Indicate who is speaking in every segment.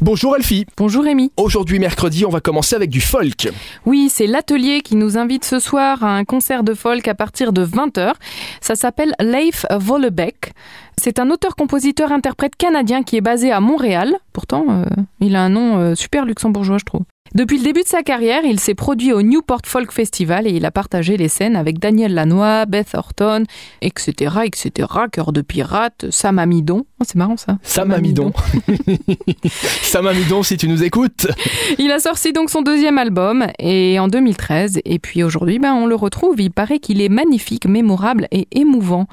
Speaker 1: Bonjour Elfie.
Speaker 2: Bonjour Rémi.
Speaker 1: Aujourd'hui mercredi, on va commencer avec du folk.
Speaker 2: Oui, c'est l'atelier qui nous invite ce soir à un concert de folk à partir de 20h. Ça s'appelle Leif Vollebeck. C'est un auteur-compositeur-interprète canadien qui est basé à Montréal. Pourtant, euh, il a un nom euh, super luxembourgeois, je trouve. Depuis le début de sa carrière, il s'est produit au Newport Folk Festival et il a partagé les scènes avec Daniel Lanois, Beth Horton, etc., etc., Cœur de Pirate, Sam Amidon. Oh, c'est marrant ça.
Speaker 1: Sam Amidon. Sam Amidon, si tu nous écoutes.
Speaker 2: Il a sorti donc son deuxième album et en 2013. Et puis aujourd'hui, ben, on le retrouve. Il paraît qu'il est magnifique, mémorable et émouvant,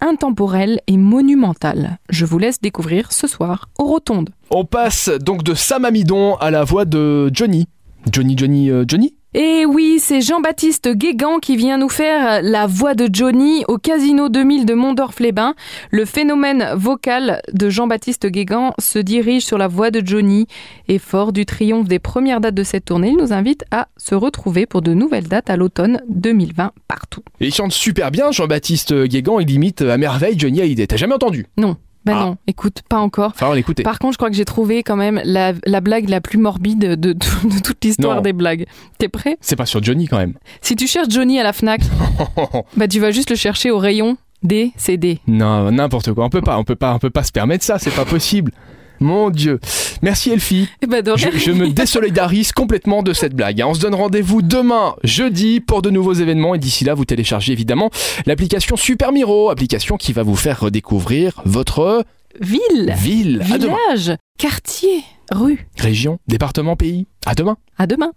Speaker 2: intemporel et monumental. Je vous laisse découvrir ce soir aux Rotondes.
Speaker 1: On passe donc de Sam Amidon à la voix de Johnny. Johnny, Johnny, euh, Johnny
Speaker 2: Et Eh oui, c'est Jean-Baptiste Guégan qui vient nous faire la voix de Johnny au Casino 2000 de Mondorf-les-Bains. Le phénomène vocal de Jean-Baptiste Guégan se dirige sur la voix de Johnny et fort du triomphe des premières dates de cette tournée, il nous invite à se retrouver pour de nouvelles dates à l'automne 2020 partout.
Speaker 1: Et il chante super bien, Jean-Baptiste Guégan. Il imite à merveille Johnny Hallyday. T'as jamais entendu
Speaker 2: Non, ben
Speaker 1: Ah.
Speaker 2: non, écoute, pas encore.
Speaker 1: Enfin, on l'écoutait.
Speaker 2: Par contre, je crois que j'ai trouvé quand même la, la blague la plus morbide de, tout- de toute l'histoire
Speaker 1: Non.
Speaker 2: des blagues. T'es prêt
Speaker 1: C'est pas sur Johnny quand même.
Speaker 2: Si tu cherches Johnny à la FNAC, Bah tu vas juste le chercher au rayon D, C, D.
Speaker 1: non, n'importe quoi. On peut pas, on peut pas, on peut pas se permettre ça. C'est pas possible. Mon Dieu. Merci Elfie.
Speaker 2: Et bah de
Speaker 1: Je,
Speaker 2: rien.
Speaker 1: je me désolidarise complètement de cette blague. hein. On se donne rendez-vous demain, jeudi, pour de nouveaux événements. Et d'ici là, vous téléchargez évidemment l'application Super Miro, application qui va vous faire redécouvrir votre
Speaker 2: Ville,
Speaker 1: ville. À demain.
Speaker 2: village, quartier, rue.
Speaker 1: Région, département, pays. À demain.
Speaker 2: À demain.